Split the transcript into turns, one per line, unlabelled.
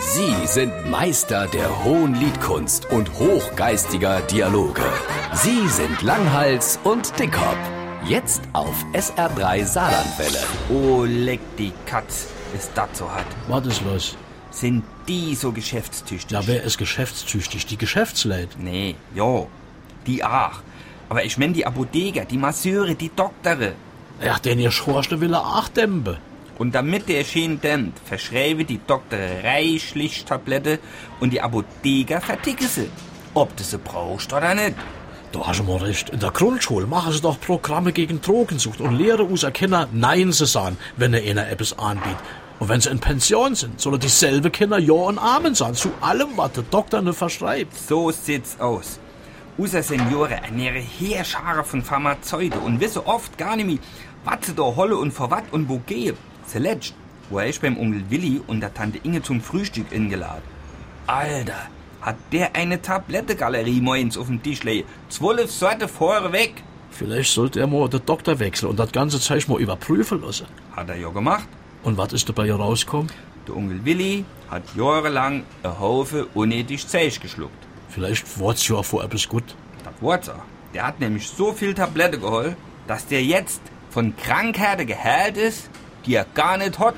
Sie sind Meister der hohen Liedkunst und hochgeistiger Dialoge. Sie sind Langhals und Dickhop. Jetzt auf SR3 Saarlandwelle.
Oh, leck die Katz, ist das so hat.
Was ist los?
Sind die so geschäftstüchtig?
Ja, wer ist geschäftstüchtig? Die Geschäftsleute.
Nee, jo, die auch. Aber ich mein die Apotheker, die Masseure, die Doktere.
Ja, den ihr Schorste will er auch dämpfen.
Und damit der Schien dämmt, verschreibe die Doktere reichlich Tablette und die Apotheker verticke sie. Ob du sie brauchst oder nicht.
Da hast du mal recht. In der Grundschule machen sie doch Programme gegen Drogensucht und Lehrer unser Kinder Nein zu sagen, wenn er ihnen etwas anbietet. Und wenn sie in Pension sind, sollen dieselbe Kinder Ja und Amen sagen, zu allem, was der Doktor nicht verschreibt.
So sieht's aus. Unser Senioren ernähren Heerschare von Pharmazeuten und wissen oft gar nicht mehr, was sie da holle und vor wat und wo gehe. Zuletzt war ich beim Onkel Willi und der Tante Inge zum Frühstück eingeladen. Alter, hat der eine Tablettengalerie moins auf dem Tisch lei. Zwölf Sorte vorweg.
Vielleicht sollte er mal den Doktor wechseln und das ganze Zeug mal überprüfen lassen.
Hat er ja gemacht.
Und was ist dabei rausgekommen?
Der Onkel Willi hat jahrelang eine Haufe unnötig Zeug geschluckt.
Vielleicht war's ja vor etwas gut.
Das war's auch. Der hat nämlich so viel Tablette geholt, dass der jetzt von Krankheiten geheilt ist, die er gar nicht hat.